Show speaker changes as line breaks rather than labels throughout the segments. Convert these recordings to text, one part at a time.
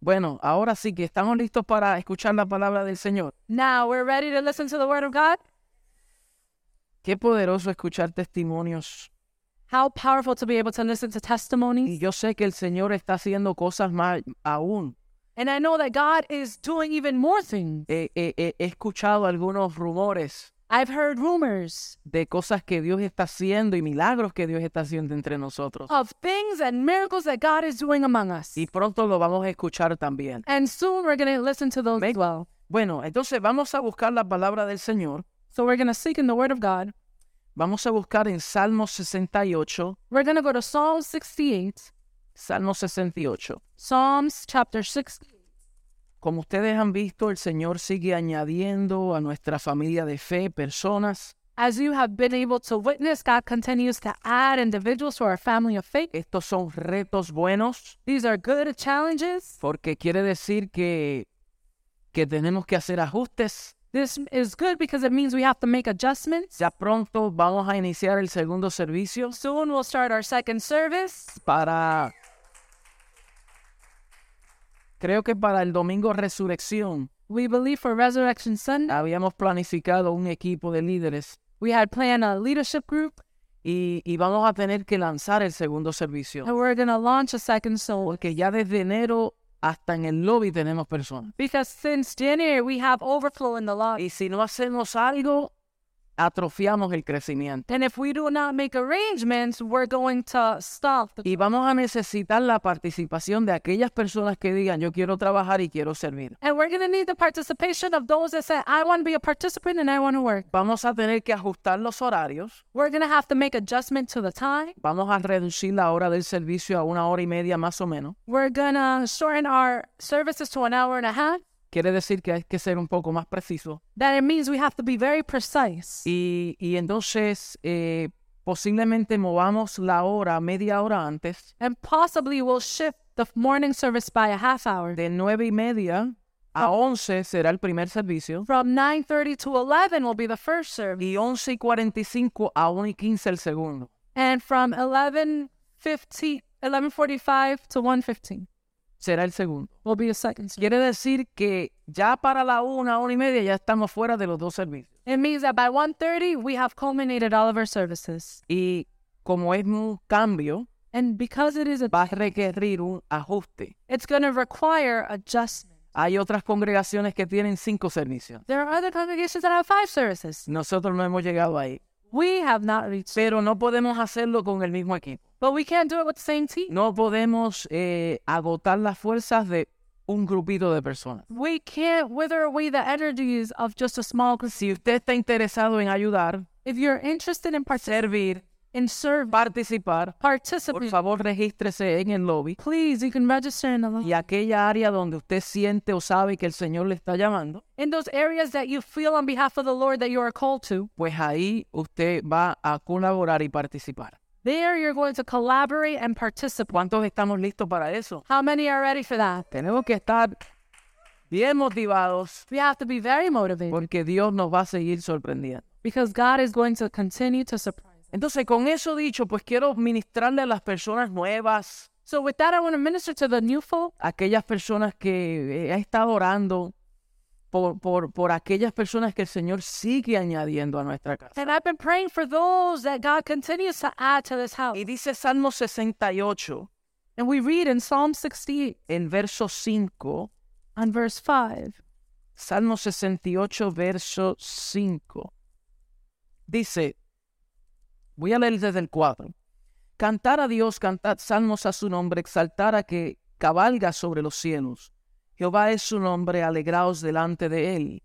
Bueno, ahora sí que estamos listos para escuchar la palabra del Señor.
Now we're ready to listen to the Word of God.
Qué poderoso escuchar testimonios.
How powerful to be able to listen to
Y
testimonies.
yo sé que el Señor está haciendo cosas más aún.
And I know that God is doing even more things.
Eh, eh, eh, he escuchado algunos rumores
I've heard rumors
de cosas que Dios está haciendo y milagros que Dios está haciendo entre nosotros.
of things and miracles that God is doing among us.
Y pronto lo vamos a escuchar también.
And soon we're going to listen to those as
Make-
well.
Bueno, entonces vamos a buscar la palabra del Señor.
So we're going to seek in the Word of God.
Vamos a buscar en Salmo 68,
We're going to go to Psalm 68,
Salmo 68.
Psalms chapter 6.
Como ustedes han visto, el Señor sigue añadiendo a nuestra familia de fe personas.
As you have been able to witness, God continues to add individuals to our family of faith.
Estos son retos buenos
These are good challenges.
porque quiere decir que, que tenemos que hacer ajustes.
This is good because it means we have to make adjustments.
Ya pronto vamos a iniciar el segundo servicio
Soon we'll start our second service.
para... Creo que para el domingo resurrección
We believe for Resurrection Sunday,
habíamos planificado un equipo de líderes
we had planned a leadership group
y, y vamos a tener que lanzar el segundo servicio.
and we're going to launch a second soul.
Porque ya desde enero hasta en el lobby tenemos personas.
Because since January, we have overflow in the lot.
Y si no hacemos algo, atrofiamos el crecimiento.
And if we do not make arrangements, we're going to stop.
Y vamos a necesitar la participación de aquellas personas que digan, yo quiero trabajar y quiero servir.
And we're going to need the participation of those that say, I want to be a participant and I want to work.
Vamos a tener que ajustar los horarios.
We're going to have to make adjustment to the time.
Vamos a reducir la hora del servicio a una hora y media más o menos.
We're going to shorten our services to an hour and a half.
Quiere decir que hay que ser un poco más preciso.
That it means we have to be very precise.
Y, y entonces eh, posiblemente movamos la hora media hora antes,
And possibly we'll shift the morning service by a half hour.
de nueve y media a once será el primer servicio.
From 9.30 to 11 will be the first service.
y 11 y 45 a 1 y 15 el segundo.
And from 11.15, 11.45 to 1.15
Será el segundo.
will be the second service.
Quiere decir que ya para la 1, 1 y media ya estamos fuera de los dos servicios.
It means that by 1.30, we have culminated all of our services.
Y como es un cambio,
And because it is a,
va a requerir un ajuste.
it's going to require adjustment.
Hay otras congregaciones que tienen cinco servicios.
There are other congregations that have five services.
Nosotros no hemos llegado ahí.
We have not reached,
Pero no podemos hacerlo con el mismo equipo.
but we can't do it with the same team.
No podemos eh, agotar las fuerzas de un grupito de personas.
We can't wither away the energies of just a small group.
Si usted está interesado en ayudar,
If you're interested in partic-
servir,
in serve,
participar, Por
participate,
favor, regístrese en el lobby
please, you can register in the lo-
y aquella área donde usted siente o sabe que el Señor le está llamando,
in those areas that you feel on behalf of the Lord that you are called to.
pues ahí usted va a colaborar y participar.
There, you're going to collaborate and participate.
¿Cuántos estamos listos para eso?
How many are ready for that?
Tenemos que estar bien motivados
We have to be very motivated
porque Dios nos va a seguir sorprendiendo.
because God is going to continue to surprise. us.
Entonces, con eso dicho, pues quiero ministrarle a las personas nuevas,
So, with that, I want to minister to the new folk,
aquellas personas que eh, ha estado orando por, por, por aquellas personas que el Señor sigue añadiendo a nuestra casa.
and I've been praying for those that God continues to add to this house.
Y dice Salmo 68,
And we read in Psalm 68
en verso 5,
on verse 5.
Salmo 68, verso 5. Dice, voy a leer desde el 4. Cantar a Dios, cantad salmos a su nombre, exaltar a que cabalga sobre los cielos. Jehová es su nombre, alegraos delante de él.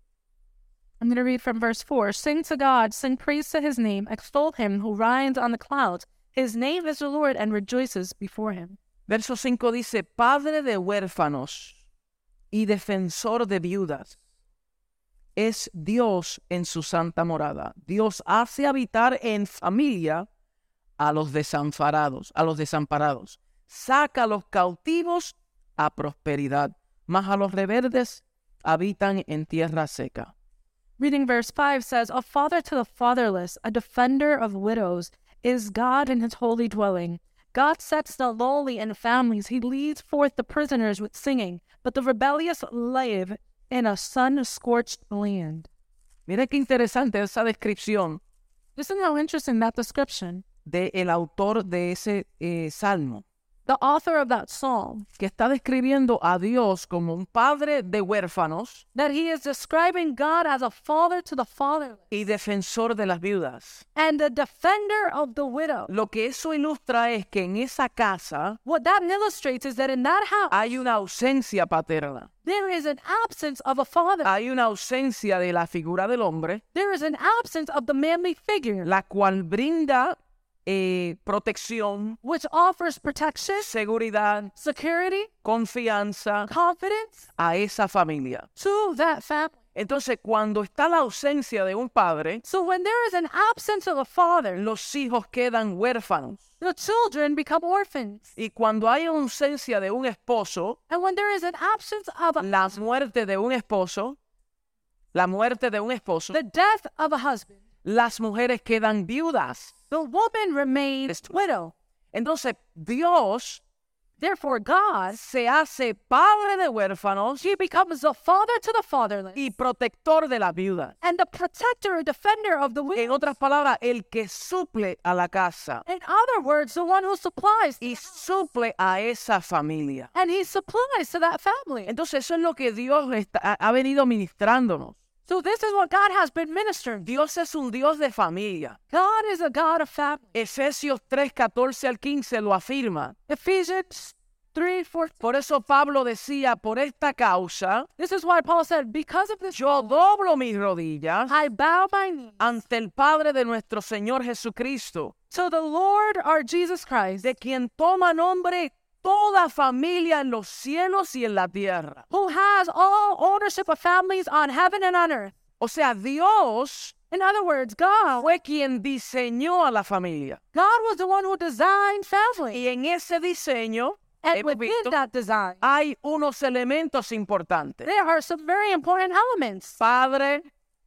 I'm going to read from verse 4. Sing to God, sing praise to his name, extol him who rides on the clouds. His name is the Lord and rejoices before him.
Verso 5 dice, Padre de huérfanos y defensor de viudas, es Dios en su santa morada. Dios hace habitar en familia a los desamparados, a los desamparados. Saca a los cautivos a prosperidad, mas a los rebeldes habitan en tierra seca.
Reading verse 5 says, A father to the fatherless, a defender of widows, is God in his holy dwelling. God sets the lowly in families. He leads forth the prisoners with singing, but the rebellious live in a sun scorched land.
Mira qué interesante esa descripción
Isn't how interesting that description?
del autor de ese eh, salmo,
The author of that psalm,
que está describiendo a Dios como un padre de huérfanos
that he is describing God as a father to the fatherless
y defensor de las viudas.
and a defender of the widow.
Lo que eso ilustra es que en esa casa
What that illustrates is that in that house,
hay una ausencia paterna,
there is an absence of a father.
hay una ausencia de la figura del hombre,
There is an absence of the manly figure,
la cual brinda eh, protección,
which offers protection,
seguridad,
security,
confianza
confidence
a esa familia.
to that family.
Entonces, cuando está la ausencia de un padre,
So when there is an absence of a father,
los hijos quedan huérfanos.
the children become orphans.
Y cuando hay ausencia de un esposo,
And when there is an absence of a,
la muerte de un esposo, la muerte de un esposo,
the death of a husband,
las mujeres quedan viudas.
the woman remains widow.
Entonces, Dios
Therefore, God,
se hace padre de huérfanos
she becomes the father to the fatherless
y protector de la viuda.
and the protector or defender of the
En
widow.
otras palabras, el que suple a la casa
In other words, the one who supplies
y suple a esa familia.
and he supplies to that family.
Entonces, eso es lo que Dios está- ha- ha venido ministrándonos.
So this is what God has been ministering.
Dios es un Dios de familia.
God is a God of family.
Efesios 3, 14 al 15 lo afirma.
Ephesians 3, 4.
Por eso Pablo decía, por esta causa,
This is why Paul said, because of this,
yo doblo mis rodillas
I bow my knee
ante el Padre de nuestro Señor Jesucristo,
to the Lord our Jesus Christ,
de quien toma nombre toda familia en los cielos y en la tierra.
who has all ownership of families on heaven and on earth.
O sea, Dios
In other words, God,
fue quien diseñó a la familia.
God was the one who designed family.
Y en ese diseño
And
hemos
within
visto,
that design,
hay unos elementos importantes.
there are some very important elements.
Padre,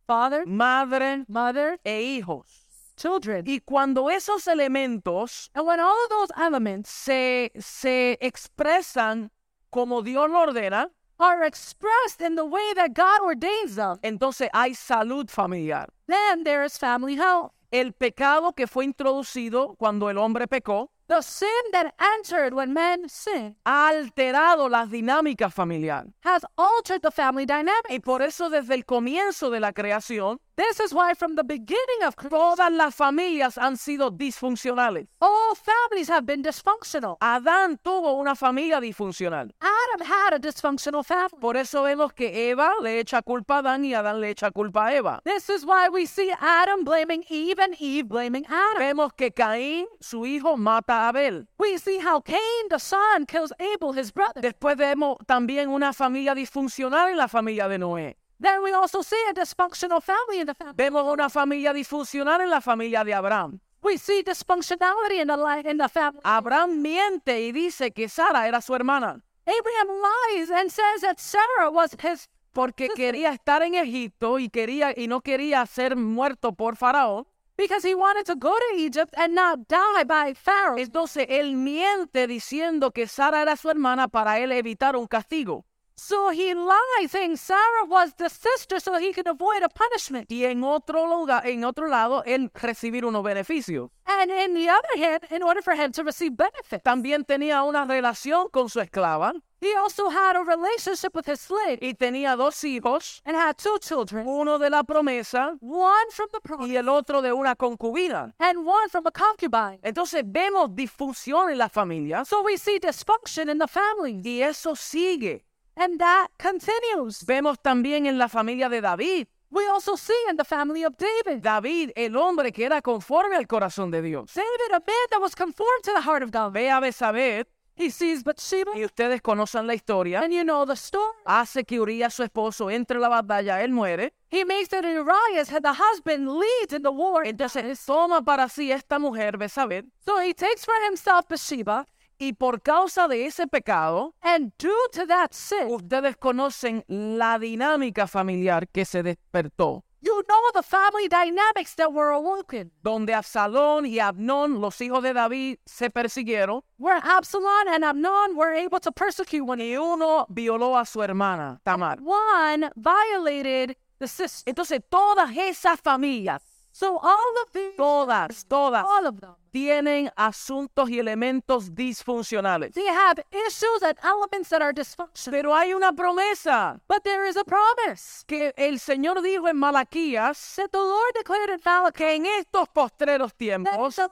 Father,
madre
mother,
e hijos.
children.
Y cuando esos elementos
And when all of those elements
se, se expresan como Dios lo ordena,
are expressed in the way that God ordains them,
entonces hay salud familiar.
then there is family health.
El pecado que fue introducido cuando el hombre pecó
The sin that entered when men sin
ha alterado las dinámicas familiares.
has altered the family dynamic.
Y por eso desde el comienzo de la creación,
This is why, from the beginning of creation,
todas las familias han sido disfuncionales.
all families have been dysfunctional.
Adán tuvo una familia disfuncional.
Adam had a dysfunctional family.
Por eso vemos que Eva le echa culpa a Adán y Adán le echa culpa a Eva.
This is why we see Adam blaming Eve and Eve blaming Adam.
Vemos que Caín, su hijo, mata a Abel.
We see how Cain, the son, kills Abel, his brother.
Después vemos también una familia disfuncional en la familia de Noé.
Then we also see a dysfunctional family in the family.
Vemos una familia disfuncional en la familia de Abraham.
We see dysfunctionality in the life in the family.
Abraham miente y dice que Sara era su hermana
Abraham lies and says that Sarah was his
porque quería estar en Egipto y quería y no quería ser muerto por Faraón.
because he wanted to go to Egypt and not die by Pharaoh.
Entonces él miente diciendo que Sara era su hermana para él evitar un castigo.
So he lies, saying Sarah was the sister so he could avoid a punishment.
Y en otro lugar, en otro lado, él recibir unos beneficios.
And in the other hand, in order for him to receive benefit,
También tenía una relación con su esclava
he also had a relationship with his slave
y tenía dos hijos,
and had two children,
uno de la promesa
one from the promise
y el otro de una concubina.
and one from a concubine.
Entonces vemos disfunción en las familias
So we see dysfunction in the families,
y eso sigue.
and that continues.
Vemos también en la familia de David.
We also see in the family of David.
David, el hombre que era conforme al corazón de Dios.
David, a man that was conformed to the heart of God.
Ve a Besabet,
He sees Bathsheba,
y ustedes conocen la historia,
and you know the story.
hace que Urias, su esposo, entre a la batalla, él muere.
He makes it Urias, and the husband leads in the war.
Entonces toma para sí esta mujer, Besabet,
So he takes for himself Bathsheba,
y por causa de ese pecado,
and due to that sin,
ustedes conocen la dinámica familiar que se despertó.
You know the family dynamics that were awoken.
donde Absalón y Abnón, los hijos de David, se persiguieron
Where Absalom and Amnon were able to persecute one
y uno violó a su hermana Tamar.
One violated the sister.
Entonces todas esas familias,
So all of these,
todas, todas,
all of them,
tienen asuntos y elementos disfuncionales.
they have issues and elements that are dysfunctional.
Pero hay una promesa
But there is a promise
que el Señor dijo en Malaquías,
that the Lord declared in Malachi
en estos postreros
that in
tiempos,
the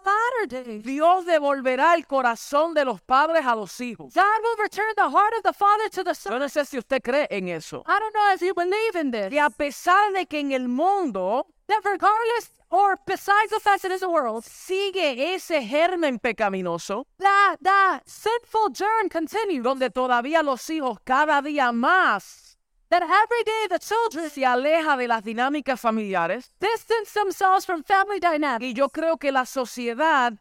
latter days,
Dios devolverá el corazón de los padres a los hijos.
God will return the heart of the father to the son.
Yo no sé si usted cree en eso.
I don't know if you believe in this.
Que a pesar de que en el mundo
That regardless, or besides the fact that it is a world,
sigue ese germen pecaminoso,
that that sinful germ continues.
donde todavía los hijos cada día más
That every day the children
se aleja de las dinámicas familiares.
distance themselves from family dynamics.
Y yo creo que la sociedad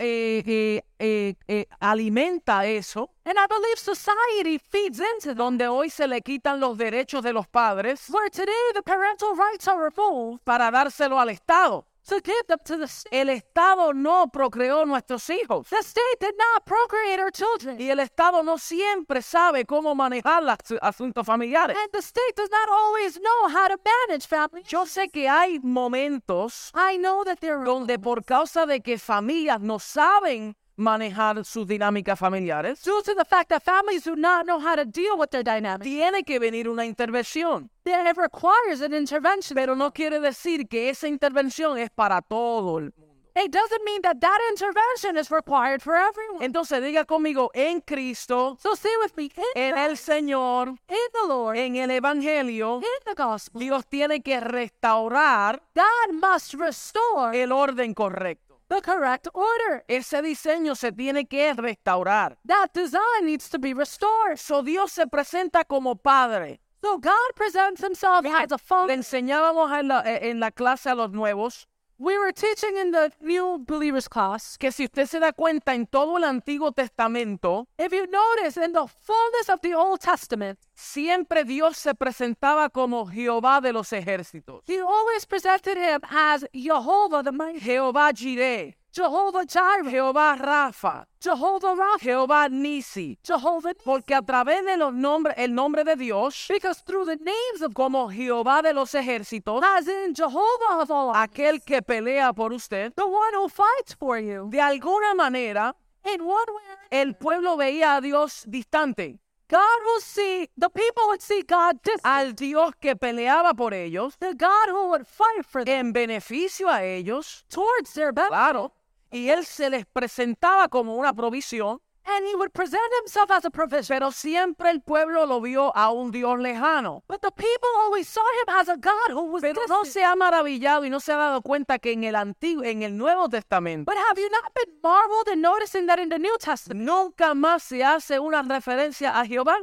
eh, eh, eh, eh, alimenta eso,
And I believe society feeds into them.
donde hoy se le quitan los derechos de los padres
Where today the parental rights are removed
para dárselo al Estado.
to give them to the state.
El Estado no procreó nuestros hijos.
The state did not procreate our children.
Y el Estado no siempre sabe cómo manejar los asuntos familiares.
And the state does not always know how to manage family.
Yo sé que hay momentos
I know that there are
donde por causa de que familias no saben manejar sus dinámicas familiares,
due to the fact that families do not know how to deal with their dynamics.
tiene que venir una intervención.
Then it requires an intervention.
Pero no quiere decir que esa intervención es para todo el mundo.
It doesn't mean that that intervention is required for everyone.
Entonces diga conmigo, en Cristo,
so say with me, in,
en el Señor,
in the Lord,
en el Evangelio,
in the gospel,
Dios tiene que restaurar
God must restore
el orden correcto.
the correct order.
Ese diseño se tiene que restaurar.
That design needs to be restored.
So Dios se presenta como Padre.
So God presents himself as a
Le
father.
enseñábamos en la, eh, en la clase a los nuevos
We were teaching in the new believers class.
que si usted se da cuenta en todo el Antiguo Testamento,
If you notice, in the fullness of the Old Testament,
siempre Dios se presentaba como Jehová de los ejércitos,
he always presented him as Jehovah the Mighty,
Jehová Jireh,
Jehovah Jireh,
Jehová Rafa,
Jehovah Rapha,
Jehová Nisi,
Jehovah Nissi.
porque a través de los nombres, el nombre de Dios,
Because through the names of
como Jehová de los ejércitos,
as in Jehovah of all,
aquel que pelea por usted,
the one who fights for you.
de alguna manera
In one way,
el pueblo veía a Dios distante,
God will see, the people would see God distant.
al Dios que peleaba por ellos,
The God who would fight for them
en beneficio a ellos,
towards their benefit.
Claro. Y él se les presentaba como una provisión,
And he would present himself as a provision.
pero siempre el pueblo lo vio a un Dios lejano.
But the people always saw him as a God who was
Pero no
distant.
se ha maravillado y no se ha dado cuenta que en el antiguo, en el Nuevo Testamento,
But have you not been marveled in noticing that in the New Testament,
nunca más se hace una referencia a Jehová,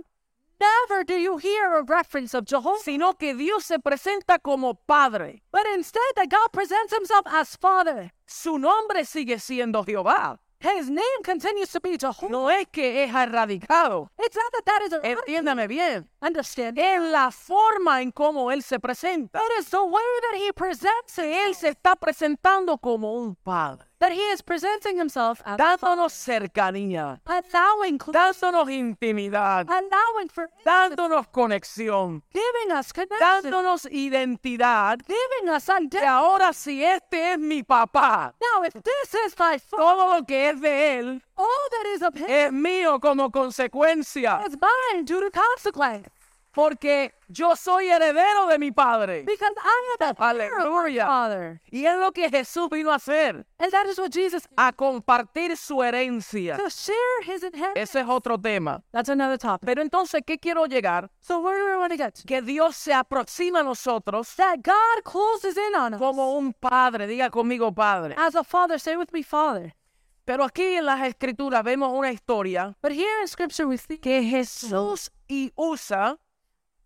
never do you hear a reference of Jehovah,
sino que Dios se presenta como Padre.
but instead that God presents himself as Father.
Su nombre sigue siendo Jehová.
His name continues to be Jehovah.
No es que es erradicado.
It's not that that is a
Entiéndame bien.
Understand?
Es la forma en cómo él se presenta.
It is the way that he presents
Él
it,
se está presentando como un Padre.
that he is presenting himself as
dándonos cercanía,
allowing, cl-
dándonos intimidad,
allowing for
dándonos conexión,
giving us connection,
dándonos identidad.
giving us
Y
identity.
ahora si este es mi papá,
Now, if this is my father,
todo lo que es de él
all that is of him
es mío como consecuencia,
is mine due to consequence,
porque yo soy heredero de mi padre.
because I am the heir of my
Aleluya.
father,
Y es lo que Jesús vino a hacer,
and that is what Jesus
a compartir su herencia.
to share his inheritance.
Ese es otro tema.
That's another topic.
Pero entonces, ¿qué quiero llegar?
So where do we want to get to?
Que Dios se aproxima a nosotros
That God closes in on us
como un padre, diga conmigo padre.
as a father. Say with me, Father.
Pero aquí en las escrituras vemos una historia
But here in Scripture we see
que Jesús y usa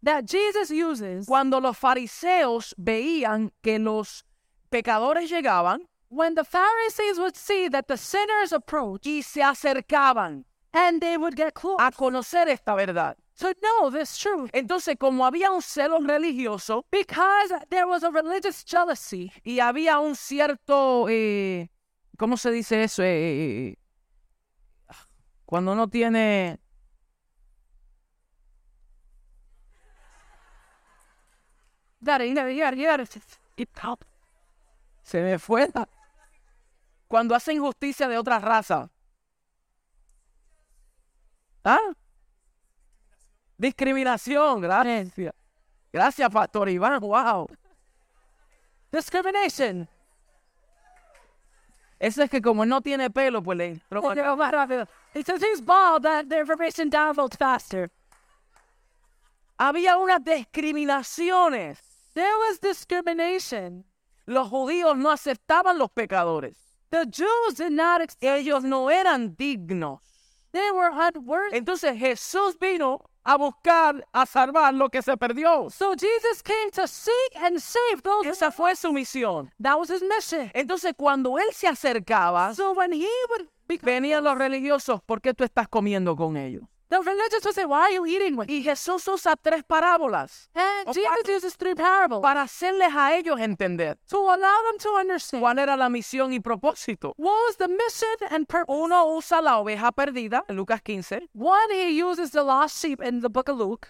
that Jesus uses
cuando los fariseos veían que los pecadores llegaban
when the Pharisees would see that the sinners approach
y se acercaban
and they would get close
a conocer esta verdad.
to know this truth.
Entonces, como había un celo religioso
Because there was a religious jealousy
y había un cierto, eh, ¿cómo se dice eso? Eh, eh, eh, cuando no tiene...
that you know, yeah, yeah, it's- it's- it helped.
Se me fue. la- Cuando hace injusticia de otra raza. ¿Ah? Discriminación, gracias. Gracias, Pastor Iván, wow.
discrimination.
Eso es que como él no tiene pelo, pues le entró
Oh,
para-
no, what do I feel? He says he's bald, that the information downloads faster.
Había unas discriminaciones.
There was discrimination.
Los judíos no aceptaban los pecadores.
The Jews did not, ex-
Ellos no eran dignos.
they were unworthy.
Entonces Jesús vino a buscar, a salvar lo que se perdió.
So Jesus came to seek and save those.
Esa fue su misión.
That was his mission.
Entonces cuando él se acercaba,
So when he would be,
venían los religiosos, ¿por qué tú estás comiendo con ellos?
the religious would say, why are you eating with?
Y Jesús usa tres parábolas
And
Of
Jesus
what?
uses three parables
para hacerles a ellos entender
to allow them to understand
cuál era la misión y propósito.
what was the mission and purpose.
Uno usa la oveja perdida, en Lucas 15,
One, he uses the lost sheep in the book of Luke.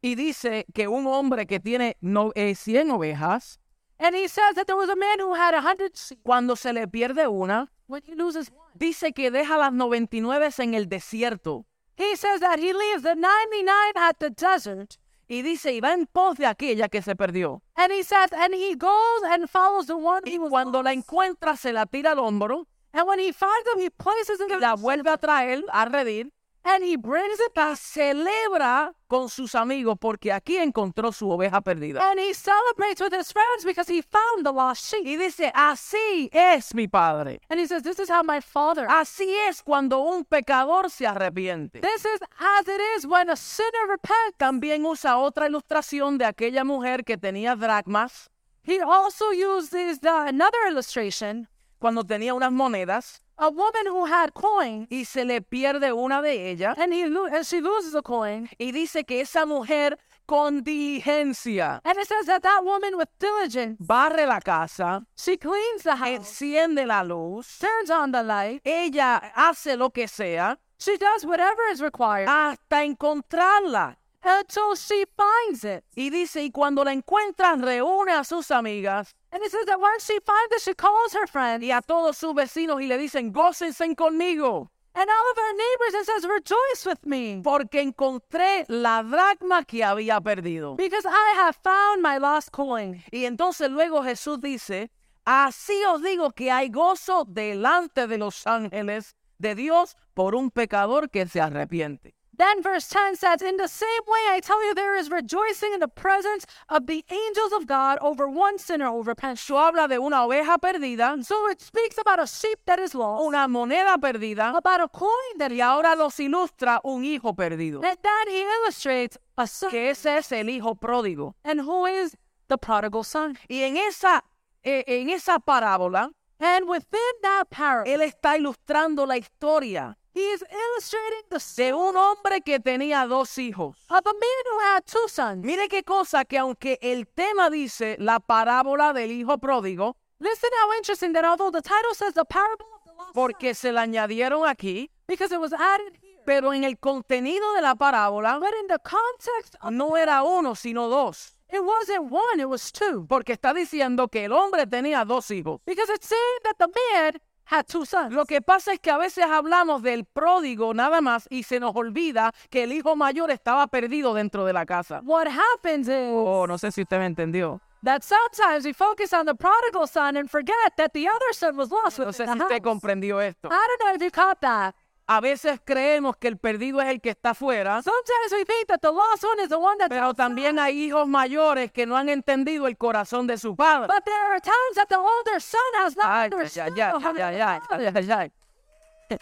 y dice que un hombre que tiene no, eh, 100 ovejas,
And he says that there was a man who had a hundred sheep.
cuando se le pierde una,
When he loses one,
dice que deja las 99 en el desierto.
He says that he leaves the 99 at the desert,
Y dice, y va en pos de aquella que se perdió.
and he says, and he goes and follows the one
Y
he was.
cuando la encuentra, se la tira al hombro,
And when he finds him, he places him,
la vuelve a traer a redir,
and he brings it
la
back,
celebra con sus amigos porque aquí encontró su oveja perdida.
and he celebrates with his friends because he found the lost sheep.
Y dice, así es mi padre.
And he says, this is how my father.
Así es cuando un pecador se arrepiente.
This is as it is when a sinner repents.
También usa otra ilustración de aquella mujer que tenía dracmas
He also uses the, another illustration:
cuando tenía unas monedas
a woman who had coin,
y se le pierde una de ellas
and he lo- and she loses a coin,
y dice que esa mujer con diligencia
and it says that that woman with diligence
barre la casa,
she cleans the house.
enciende la luz,
turns on the light.
ella hace lo que sea
She does whatever is required
hasta encontrarla.
until she finds it.
Y dice, y cuando la encuentran, reúne a sus amigas
And it says that once she finds it, she calls her friend
y a todos sus vecinos y le dicen, gócense conmigo,
and all of her neighbors and says, Rejoice with me
porque encontré la dracma que había perdido.
because I have found my lost coin.
Y entonces luego Jesús dice, así os digo que hay gozo delante de los ángeles de Dios por un pecador que se arrepiente.
Then verse 10 says, In the same way, I tell you, there is rejoicing in the presence of the angels of God over one sinner who repents.
Eso habla de una oveja perdida,
So it speaks about a sheep that is lost,
una moneda perdida,
about a coin that
y
is
ahora los ilustra un hijo perdido,
And then he illustrates a son
que ese es el hijo pródigo.
and who is the prodigal son.
Y en esa, eh, en esa parábola,
And within that parable,
él está ilustrando la historia
he is illustrating the sin
de un hombre que tenía dos hijos.
of a man who had two sons.
Mire qué cosa que aunque el tema dice la parábola del hijo pródigo,
Listen how interesting that although the title says the parable of the lost son,
porque se la añadieron aquí,
because it was added here,
pero en el contenido de la parábola
but in the context, of,
no era uno, sino dos,
it wasn't one, it was two.
porque está diciendo que el hombre tenía dos hijos.
Because it's saying that the man had two sons.
Lo que pasa es que a veces hablamos del pródigo nada más y se nos olvida que el hijo mayor estaba perdido dentro de la casa.
What happens is
Oh, no sé si usted me entendió.
that sometimes we focus on the prodigal son and forget that the other son was lost
No sé
within
si
the
usted
house.
comprendió esto.
I don't know if you caught that.
A veces creemos que el perdido es el que está afuera,
Sometimes we think that the lost one is the one that's
pero también hay hijos mayores que no han entendido el corazón de su padre.
But there are times that the older son has not
Ay, ay,
understood
ay,
how
ay, ay,
to
ay,
love.
ay, ay, ay.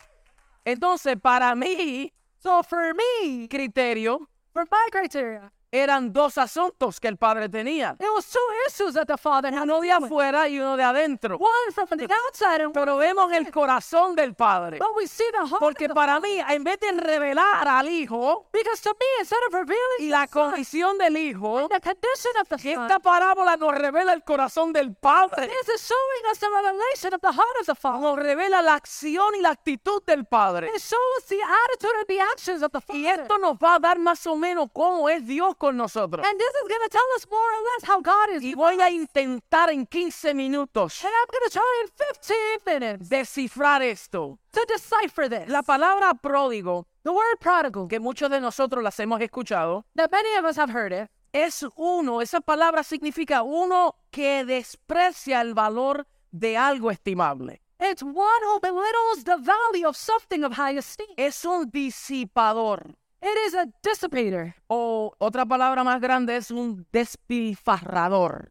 Entonces, para mí,
So for me,
criterio,
for my criteria,
Eran dos asuntos que el padre tenía.
It was two issues that the father had
Uno de
to deal with.
afuera y uno de adentro.
One from the outside, and one,
Pero vemos el corazón del padre.
but we see the heart. of
Porque
the-
para mí, en vez de revelar al hijo
because to me, instead of revealing
y la condición del hijo,
the condition of the son,
esta parábola nos revela el corazón del padre.
this is showing us the revelation of the heart of the father.
Nos revela la acción y la actitud del padre.
It shows the attitude and the actions of the
Y
father.
esto nos va a dar más o menos cómo es Dios con nosotros.
And this is going to tell us more or less how God is.
Y voy a intentar en 15 minutos
And I'm going to try in 15 minutes
descifrar esto.
to decipher this.
La palabra pródigo,
the word prodigal,
que muchos de nosotros las hemos escuchado,
that many of us have heard it,
es uno, esa palabra significa uno que desprecia el valor de algo estimable.
it's one who belittles the value of something of high esteem.
Es un disipador.
It is a dissipator.
O otra palabra más grande es un despilfarrador.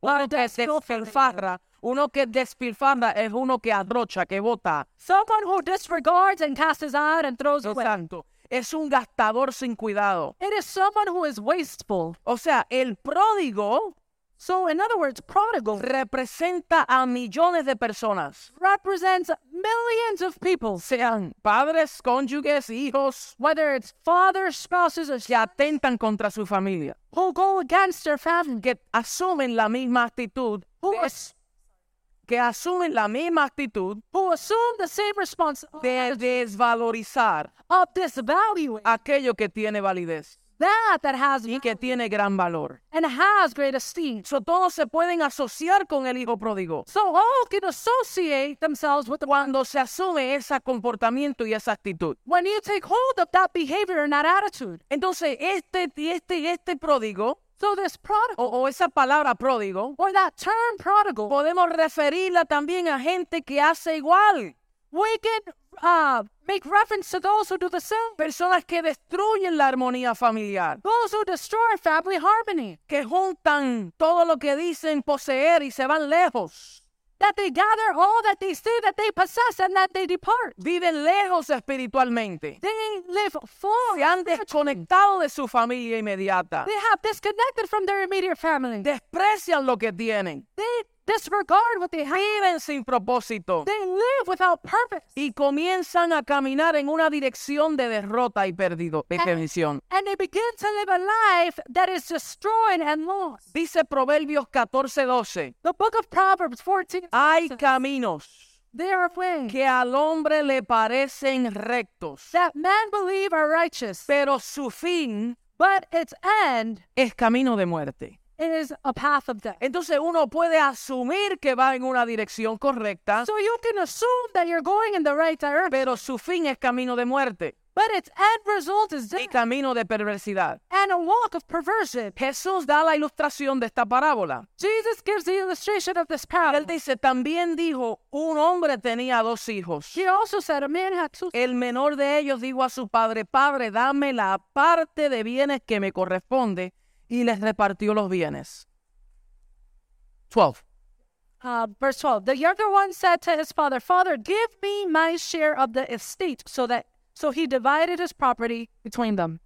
Uno que despilfarra, uno que despilfarra es uno que arrocha, que bota.
Someone who disregards and casts out and throws away.
Exacto. Es un gastador sin cuidado.
It is someone who is wasteful.
O sea, el pródigo
So, in other words, prodigal
representa a millones de personas,
represents millions of people,
sean padres, cónyuges, hijos,
whether it's fathers, spouses, or
que atentan contra su familia,
who go against their family,
que asumen la misma actitud,
who,
de-
as-
que asumen la misma actitud
who assume the same responsibility
de desvalorizar
of disvaluing
aquello que tiene validez
that that has
y que tiene gran valor.
and has great esteem.
So, todos se pueden asociar con el hijo pródigo
So all can associate themselves with the one.
cuando se asume ese comportamiento y esa actitud.
When you take hold of that behavior and that attitude,
Entonces, este, este, este pródigo
so this prodigal
o, o esa palabra pródigo,
or that term prodigal,
podemos referirla también a gente que hace igual.
we can uh, make reference to those who do the same,
Personas que destruyen la armonía familiar,
those who destroy family harmony,
que juntan todo lo que dicen poseer y se van lejos.
that they gather all that they see that they possess and that they depart.
Viven lejos espiritualmente.
They live far.
Se han desconectado de su familia inmediata.
They have disconnected from their immediate family.
Desprecian lo que tienen.
They disregard what they have.
Viven sin propósito.
They live without purpose.
Y comienzan a caminar en una dirección de derrota y perdido, de perdición.
And they begin to live a life that is destroyed and lost.
Dice Proverbios 14:12.
The book of Proverbs 14
Hay
says,
caminos
There are ways
que al hombre le parecen rectos,
that men believe are righteous,
pero su fin
but its end
es camino de muerte.
is a path of death.
Entonces uno puede asumir que va en una dirección correcta,
So you can assume that you're going in the right direction,
pero su fin es camino de muerte
but its end result is
y
death
camino de perversidad.
and a walk of perversion.
Jesús da la ilustración de esta parábola.
Jesus gives the illustration of this
Él
parable.
dice, también dijo, un hombre tenía dos hijos.
He also said, A man had two
El menor de ellos dijo a su padre, padre, dame la parte de bienes que me corresponde, y les repartió los bienes. 12.
Uh, verse 12 the younger one said to his father father give me my share of the estate so that so he divided his property between them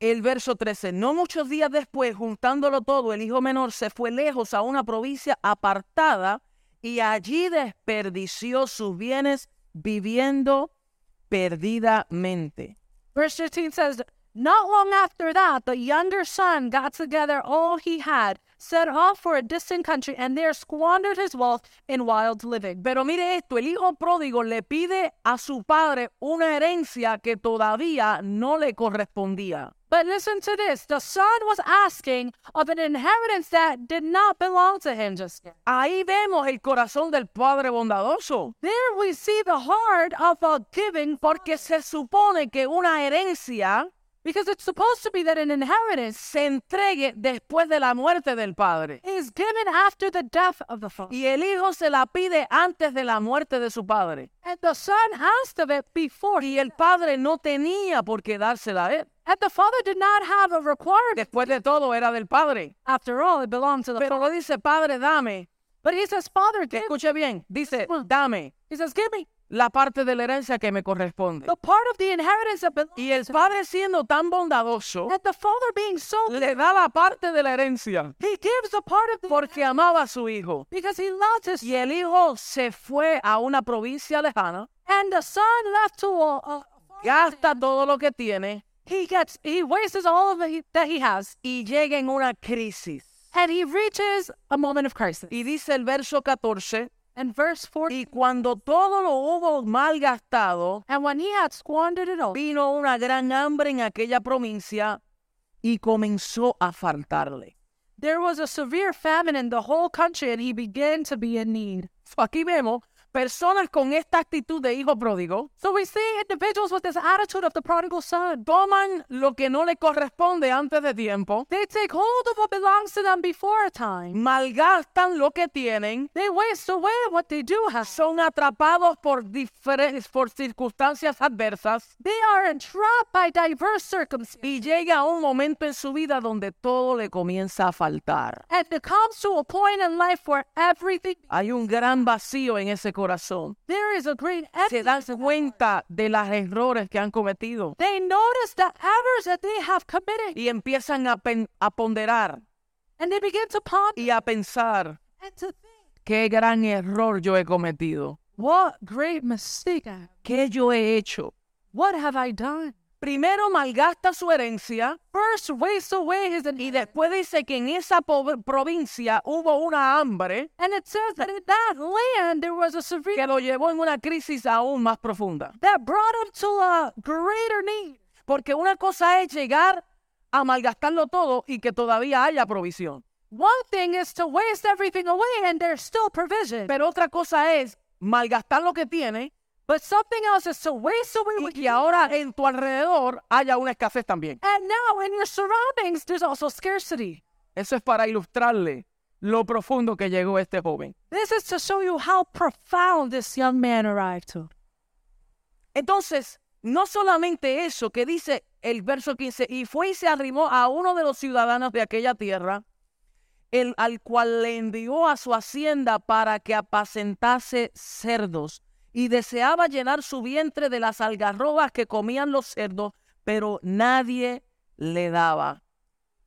El verso 13. No muchos días después, juntándolo todo, el hijo menor se fue lejos a una provincia apartada y allí desperdició sus bienes viviendo perdidamente.
verse 15 says not long after that the younger son got together all he had set off for a distant country and there squandered his wealth in wild living
Pero mire esto, el hijo pródigo le pide a su padre una herencia que todavía no le correspondía.
but listen to this the son was asking of an inheritance that did not belong to him just yet
Ahí vemos el corazón del padre bondadoso,
there we see the heart of a giving
porque se supone que una herencia
because it's supposed to be that an inheritance
se entregue después de la muerte del padre.
is given after the death of the father.
Y el hijo se la pide antes de la muerte de su padre.
And the son asked of it before he
Y el padre no tenía por qué dársela a él.
and the father did not have a requirement.
Después de todo era del padre.
After all, it belonged to the
Pero no dice, padre, dame.
But he says, Father, give
Escuche bien, dice,
Bueno.
dame.
he says, Give me.
la parte de la herencia que me corresponde.
the part of the inheritance that belongs
Y el padre siendo tan bondadoso,
and the father being so
le da la parte de la herencia
he gives a part of the
porque amaba a su hijo.
because he loves his
Y el hijo se fue a una provincia lejana,
and the son left to a, a
gasta todo lo que tiene
he gets he wastes all of the, he- that he has
y llega en una crisis.
and he reaches a moment of crisis
Y dice el verso 14,
and verse 40
y cuando todo lo hubo mal gastado,
and when he had squandered it all
vino una gran hambre en aquella provincia y comenzó a faltarle.
there was a severe famine in the whole country and he began to be in need
So, Aquí vemos personas con esta actitud de hijo pródigo,
so we see individuals with this attitude of the prodigal son
toman lo que no le corresponde antes de tiempo,
they take hold of what belongs to them before a time
malgastan lo que Mm, tienen,
they waste away what they do have
son atrapados por, diferen- por circunstancias adversas
they are entrapped by diverse circumstances
y llega un momento en su vida donde todo le comienza a faltar.
and it comes to a point in life where everything
Hay un gran vacío en ese corazón.
there is a great
Se
emptiness
dan cuenta de los errores que han cometido
They notice the errors that they have committed
y empiezan a, pen- a ponderar
and they begin to ponder
y a pensar
and to think,
qué gran error yo he cometido,
what great mistake I have.
qué yo he hecho.
What have I done?
Primero malgasta su herencia
First, waste away his
y
inheritance.
después dice que en esa po- provincia hubo una hambre
And it says that in that land there was a severe
que lo llevó en una crisis aún más profunda.
that brought him to a greater need.
Porque una cosa es llegar a malgastarlo todo y que todavía haya provisión.
One thing is to waste everything away and there's still provision.
Pero otra cosa es malgastar lo que tiene
But something else is to waste away
y
what
que
you
ahora en tu alrededor haya una escasez también.
and now in your surroundings there's also scarcity.
Eso es para ilustrarle lo profundo que llegó este joven.
This is to show you how profound this young man arrived to.
Entonces, no solamente eso que dice el verso 15, y fue y se arrimó a uno de los ciudadanos de aquella tierra, el, al cual le envió a su hacienda para que apacentase cerdos, y deseaba llenar su vientre de las algarrobas que comían los cerdos, pero nadie le daba.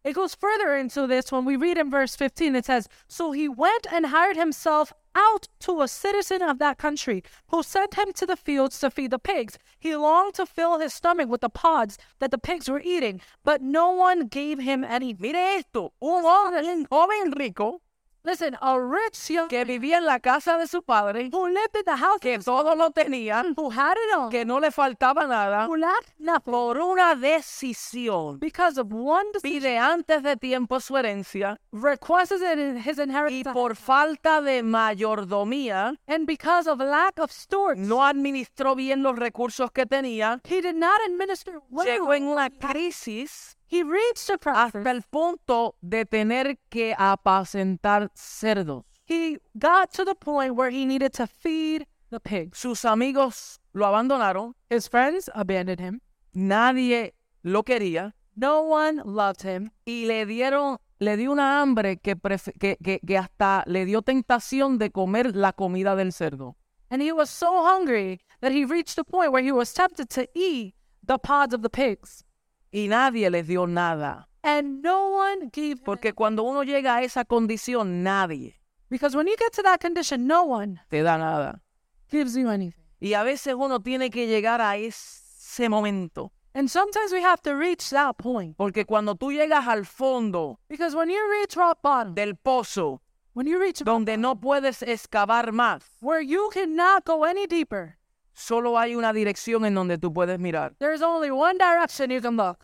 It goes further into this when we read in verse 15. It says, So he went and hired himself out to a citizen of that country who sent him to the fields to feed the pigs. He longed to fill his stomach with the pods that the pigs were eating, but no one gave him any.
Mire esto, un hombre- un joven rico
Listen, a rich young
que vivía en la casa de su padre,
who lived in the house,
que todo lo tenía,
who had it all,
que no le faltaba nada,
who lacked nothing
por una decisión.
because of one decision,
pide antes de tiempo su herencia
requested it in his
y
inheritance,
por falta de mayordomía
and because of lack of stores,
no administró bien los recursos que tenía,
he did not administer well.
llegó en una crisis
He reached the
hasta
prophet.
el punto de tener que apacentar cerdos.
He got to the point where he needed to feed the pigs.
Sus amigos lo abandonaron,
His friends abandoned him.
nadie lo quería
No one loved him.
y le dieron le dio una hambre que, pref- que- que- que hasta le dio tentación de comer la comida del cerdo.
And he was so hungry that he reached the point where he was tempted to eat the pods of the pigs.
Y nadie les dio nada.
And no one gave him.
Porque cuando uno llega a esa condición, nadie
Because when you get to that condition, no one
te da nada.
gives you anything.
Y a veces uno tiene que llegar a ese momento.
And sometimes we have to reach that point.
Porque cuando tú llegas al fondo
Because when you reach rock bottom,
del pozo,
when you reach
donde no puedes excavar más,
where you cannot go any deeper,
solo hay una dirección en donde tú puedes mirar.
there's only one direction you can look.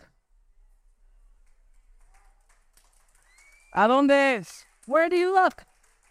¿A dónde es?
Where do you look?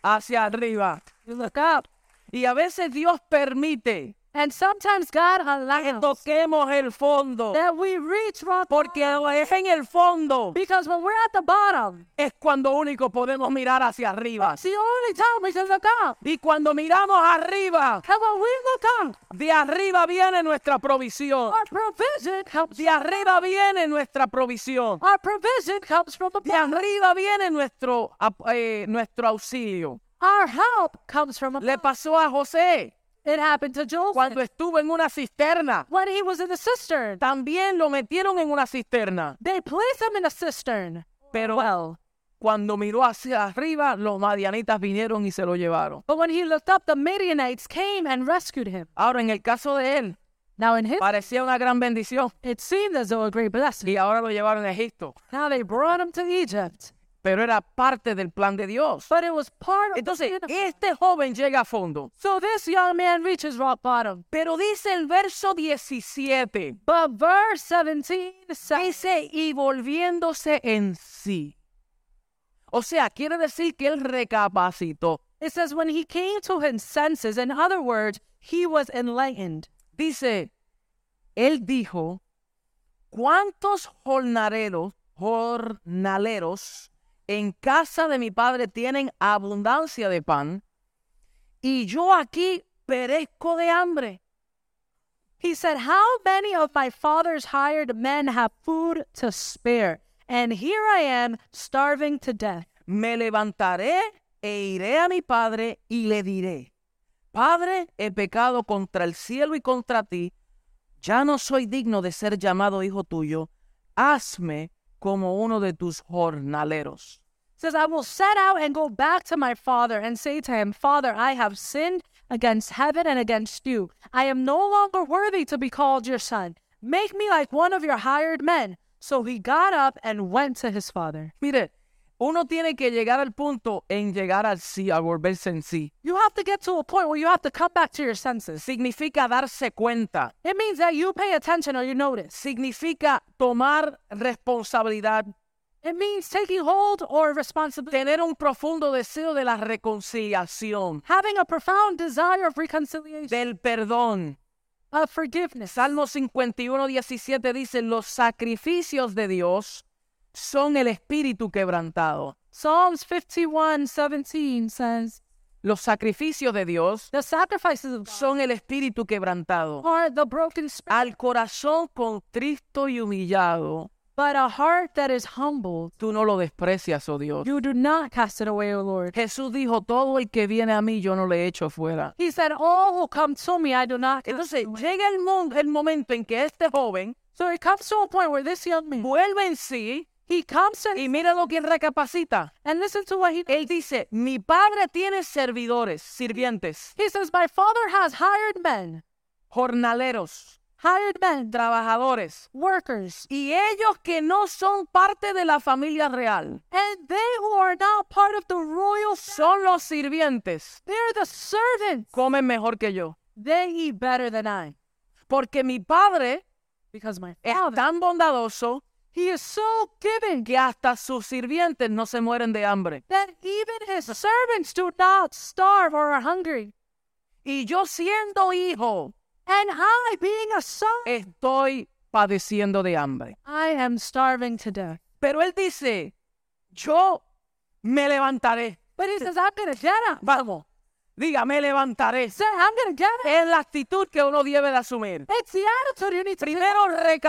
Hacia arriba.
You look up.
Y a veces Dios permite
And sometimes God
que
allows
toquemos el fondo.
that we reach rock bottom
Porque es en el fondo
because when we're at the bottom,
es cuando único podemos mirar hacia arriba.
it's the only time we can look up.
Y cuando miramos arriba,
And when we look up,
De arriba viene nuestra provisión.
our provision comes.
De arriba viene nuestra provisión.
Our provision comes from
De
above.
arriba viene nuestro, ap- eh, nuestro auxilio.
Our help comes from above.
Le pasó a José.
It happened to Joseph.
Cuando estuvo en una cisterna,
When he was in the cistern,
también lo metieron en una cisterna.
they placed him in a cistern.
Pero
Well,
cuando miró hacia arriba, los madianitas vinieron y se lo llevaron.
but when he looked up, the Midianites came and rescued him.
Ahora, en el caso de él,
Now, in his,
parecía una gran bendición
it seemed as though a great blessing.
y ahora lo llevaron a Egipto.
Now they brought him to Egypt,
Pero era parte del plan de Dios.
but it was part of the
Entonces,
plan of-
este joven llega a fondo.
So this young man reaches rock bottom.
Pero dice el verso 17,
But verse 17 says,
dice, y volviéndose en sí. O sea, quiere decir que él recapacitó.
it says, when he came to his senses, in other words, he was enlightened.
Dice, él dijo, ¿cuántos jornaleros, jornaleros en casa de mi padre tienen abundancia de pan? Y yo aquí perezco de hambre.
He said, How many of my father's hired men have food to spare? And here I am, starving to death.
me levantaré e iré a mi padre y le diré, Padre, he pecado contra el cielo y contra ti, ya no soy digno de ser llamado hijo tuyo, hazme como uno de tus jornaleros.
says, I will set out and go back to my father and say to him, Father, I have sinned against heaven and against you. I am no longer worthy to be called your son. Make me like one of your hired men. So he got up and went to his father.
Mire, uno tiene que llegar al punto en llegar al sí, a volverse en sí.
You have to get to a point where you have to come back to your senses.
Significa darse cuenta,
It means that you pay attention or you notice.
significa tomar responsabilidad,
It means taking hold or responsibility,
tener un profundo deseo de la reconciliación,
having a profound desire of reconciliation,
del perdón,
of forgiveness.
Salmo 51, 17 dice, los sacrificios de Dios son el espíritu quebrantado.
Psalms 51 17 says,
Los sacrificios de Dios
The sacrifices of God
son el espíritu quebrantado.
heart, the broken spirit,
Al corazón contristo y humillado,
but a heart that is humbled.
tú no lo desprecias, oh Dios.
You do not cast it away, O Lord.
Jesús dijo, todo el que viene a mí yo no le echo fuera.
He said, All who come to me, I do not. cast
Entonces
away."
llega el, mon- el momento en que este joven
so it comes to a point where this young man,
vuelve en sí
he comes to,
y mira lo que él recapacita.
and listen to what he,
Él dice, mi padre tiene servidores, sirvientes.
he says, My father has hired men,
jornaleros,
hired men,
trabajadores,
workers,
y ellos que no son parte de la familia real,
and they who are not part of the royal, s-
son los sirvientes,
they're the servants.
comen mejor que yo.
They eat better than I,
Porque mi padre
because my
es
father,
tan bondadoso
he is so giving
que hasta sus sirvientes no se mueren de hambre.
that even his servants do not starve or are hungry.
Y yo siendo hijo,
And I, being a son,
estoy padeciendo de hambre.
I am starving to death.
Pero él dice, yo me levantaré.
But he says, I'm going to get up.
Vamos, diga, me levantaré.
He said, I'm going to get up.
Es la actitud que uno debe de asumir.
It's the attitude you need to take.
Primero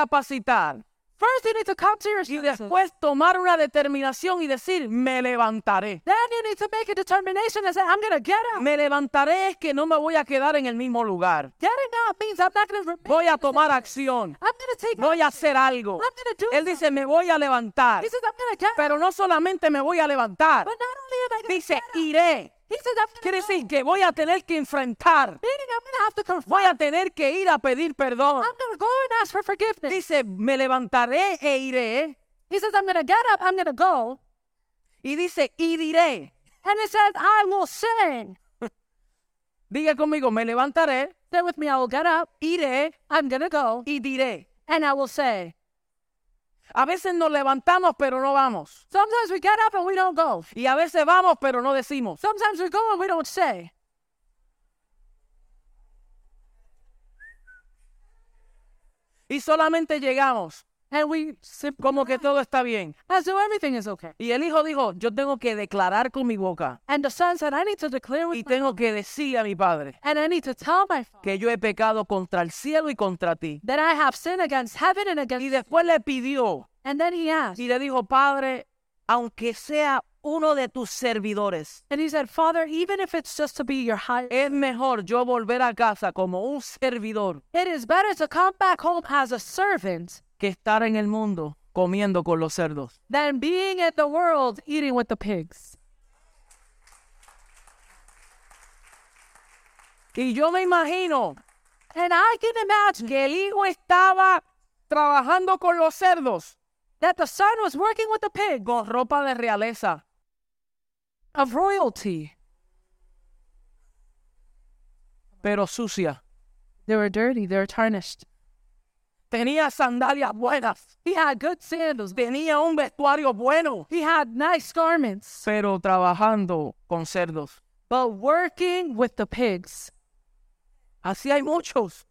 recapacitar
First, you need to come to your
y
senses.
después tomar una determinación y decir, me levantaré.
Then you need to make a determination and say, I'm going to get up.
Me levantaré es que no me voy a quedar en el mismo lugar.
Getting up means I'm not going to remain.
Voy a tomar acción.
I'm going to take
Voy a hacer algo.
I'm going to do
Él
something.
dice, me voy a levantar.
He says, I'm going to get up.
Pero no solamente me voy a levantar.
But not only am I going to
Dice,
get up,
iré.
he says, I'm going
Quiere
to
decir que voy a tener que enfrentar.
Meaning I'm going to have to confront.
Voy a tener que ir a pedir perdón.
I'm going to go and ask for forgiveness.
Dice, me levantaré e iré.
He says, I'm going to get up. I'm going to go.
Y dice, y diré.
And it says, I will sing.
Diga conmigo, me levantaré,
Then with me, I will get up.
iré
I'm going to go.
y diré.
And I will say,
A veces nos levantamos pero no vamos.
Sometimes we get up and we don't go.
Y a veces vamos pero no decimos.
Sometimes we go and we don't say.
Y solamente llegamos
And we simply,
como que todo está bien.
as though everything is okay.
Y el hijo dijo, yo tengo que declarar con mi boca
And the son said, I need to declare
y
with my,
tengo que decirle a mi padre
and I need to tell my father
que yo he pecado contra el cielo y contra ti.
that I have sinned against heaven and
Y
against.
después le pidió
And then he asked,
y le dijo, padre, aunque sea uno de tus servidores.
And he said, Father, even if it's just to be your hired,
Es mejor yo volver a casa como un servidor
it is better to come back home as a servant
que estar en el mundo comiendo con los cerdos.
than being in the world eating with the pigs.
Y yo me imagino
And I can imagine
que el hijo estaba trabajando con los cerdos,
that the son was working with the pig
con ropa de realeza,
of royalty.
pero sucia.
They were dirty, they were tarnished.
Tenía sandalias buenas,
He had good sandals,
tenía un vestuario bueno,
he had nice garments,
pero trabajando con cerdos.
but working with the pigs.
Así hay muchos.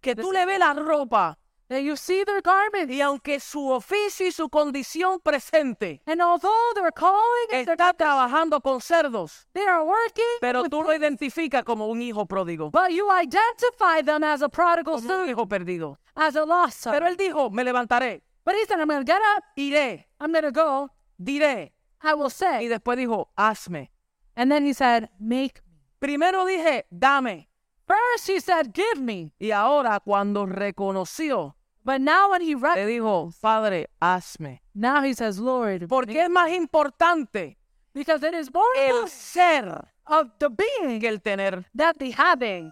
Que tú le ves la ropa
And you see their garments,
y aunque su oficio y su condición presente
and although they're calling and they're,
está trabajando con cerdos,
they are working,
pero tú lo identificas como un hijo pródigo,
but you identify them as a prodigal
como
son,
un hijo perdido.
as a lost son.
Pero él dijo, me levantaré,
But he said, I'm going to get up,
iré,
I'm going to go,
diré.
I will
Y
say.
después dijo, hazme.
And then he said, Make me.
Primero dije, dame.
First he said, Give me.
Y ahora cuando reconoció,
But now when he
le
read,
dijo, Padre, hazme.
now he says, Lord,
Porque es más importante
because it is more
el
important
ser
of the being
que el tener.
that the having.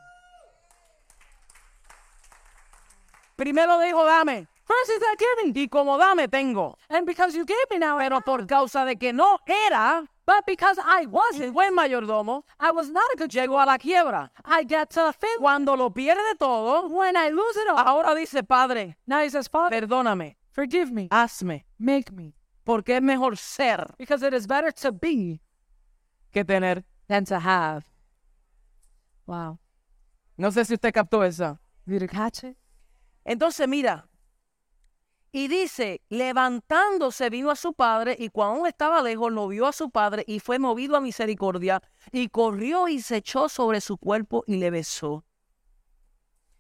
Primero dijo, dame.
First he said, Give me.
Y como dame, tengo.
And because you gave me now, I
Pero
have.
por causa de que no era
but because I
un
wasn't,
buen mayordomo,
I was not a good,
llegó a la quiebra.
I get uh, to fail
Cuando lo pierde todo,
when I lose it all.
ahora dice, Padre,
Now he says, Father,
perdóname,
forgive me,
hazme.
make me.
Porque es mejor ser
Because it is better to be
que tener.
than to have. Wow.
No sé si usted captó esa.
Did you catch it?
Entonces, mira, y dice, levantándose vino a su padre y cuando aún estaba lejos lo vio a su padre y fue movido a misericordia y corrió y se echó sobre su cuerpo y le besó.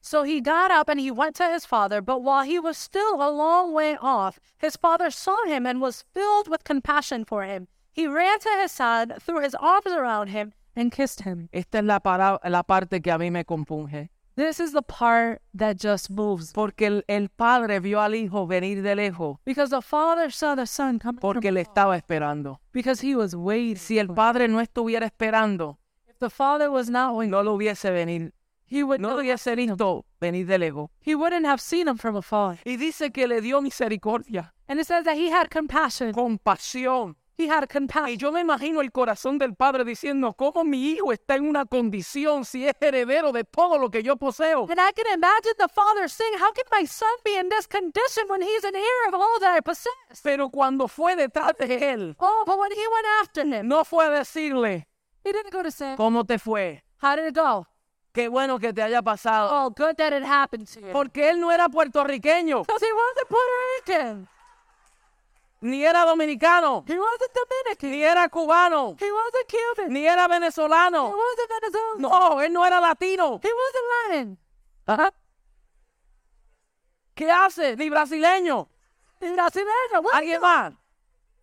So he got up and he went to his father, but while he was still a long way off, his father saw him and was filled with compassion for him. He ran to his son, threw his arms around him, and kissed him.
Esta es la, para- la parte que a mí me compunge,
This is the part that just moves.
porque el, el padre vio al hijo venir de lejos
Because the father saw the son coming from-
porque le estaba esperando.
because he was waiting.
Si el padre no estuviera esperando,
If the father was not waiting,
no lo hubiese venir,
he would
no lo hubiese visto venir de lejos.
he wouldn't have seen him from afar.
Y dice que le dio misericordia,
And it says that he had compassion.
compasión,
He had
Y
compassion.
yo me imagino el corazón del padre diciendo, ¿cómo mi hijo está en una condición si es heredero de todo lo que yo poseo?
And I can imagine the father saying, How can my son be in this condition when he's an heir of all that I possess?
Pero cuando fue detrás de él,
Oh, but when he went after him,
no fue a decirle,
he didn't go to say,
¿cómo te fue?
How did it go?
Qué bueno que te haya pasado.
Oh, good that it happened to you.
Porque él no era puertorriqueño,
Because he wasn't Puerto Rican.
ni era dominicano,
He wasn't Dominican.
ni era cubano,
He wasn't Cuban.
ni era
He
venezolano.
wasn't Venezuelan.
No, él no era latino.
He wasn't Latin.
Ajá. ¿Qué hace? Ni brasileño.
He's not Brasileño. What?
¿Alguien más?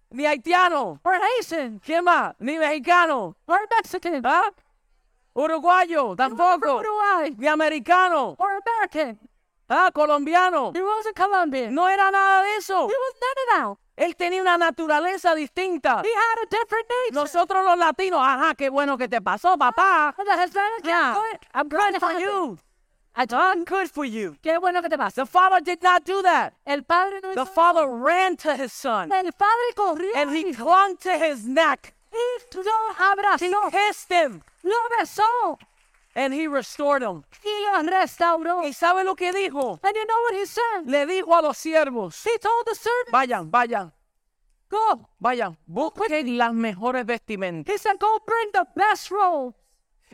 Ni haitiano.
Or Haitian.
¿Quién más? Ni mexicano.
Or Mexican.
¿Ah? Uruguayo,
He wasn't from
tampoco.
Uruguay.
Ni americano.
Or American.
Ah, colombiano.
He wasn't Colombian.
No era nada de eso.
He was none of
Él tenía una naturaleza distinta.
that. He had a different nature.
Nosotros los latinos, ajá, qué bueno que te pasó, papá.
The Hispanic
Yeah.
good.
I'm
glad
good for you.
I don't.
I'm good for you.
Qué bueno que te pasa.
The father did not do that.
El padre no
The
hizo.
father ran to his son
El padre corrió.
and
y
he clung to his neck.
lo
He
abrazó.
kissed him
Lo besó.
and he restored him.
Y lo restauró.
¿Y sabe lo que dijo?
And you know what he said?
Le dijo a los siervos,
He told the servant,
vayan, vayan,
go.
Vayan, busquen las mejores vestimentas
He said, go bring the best robe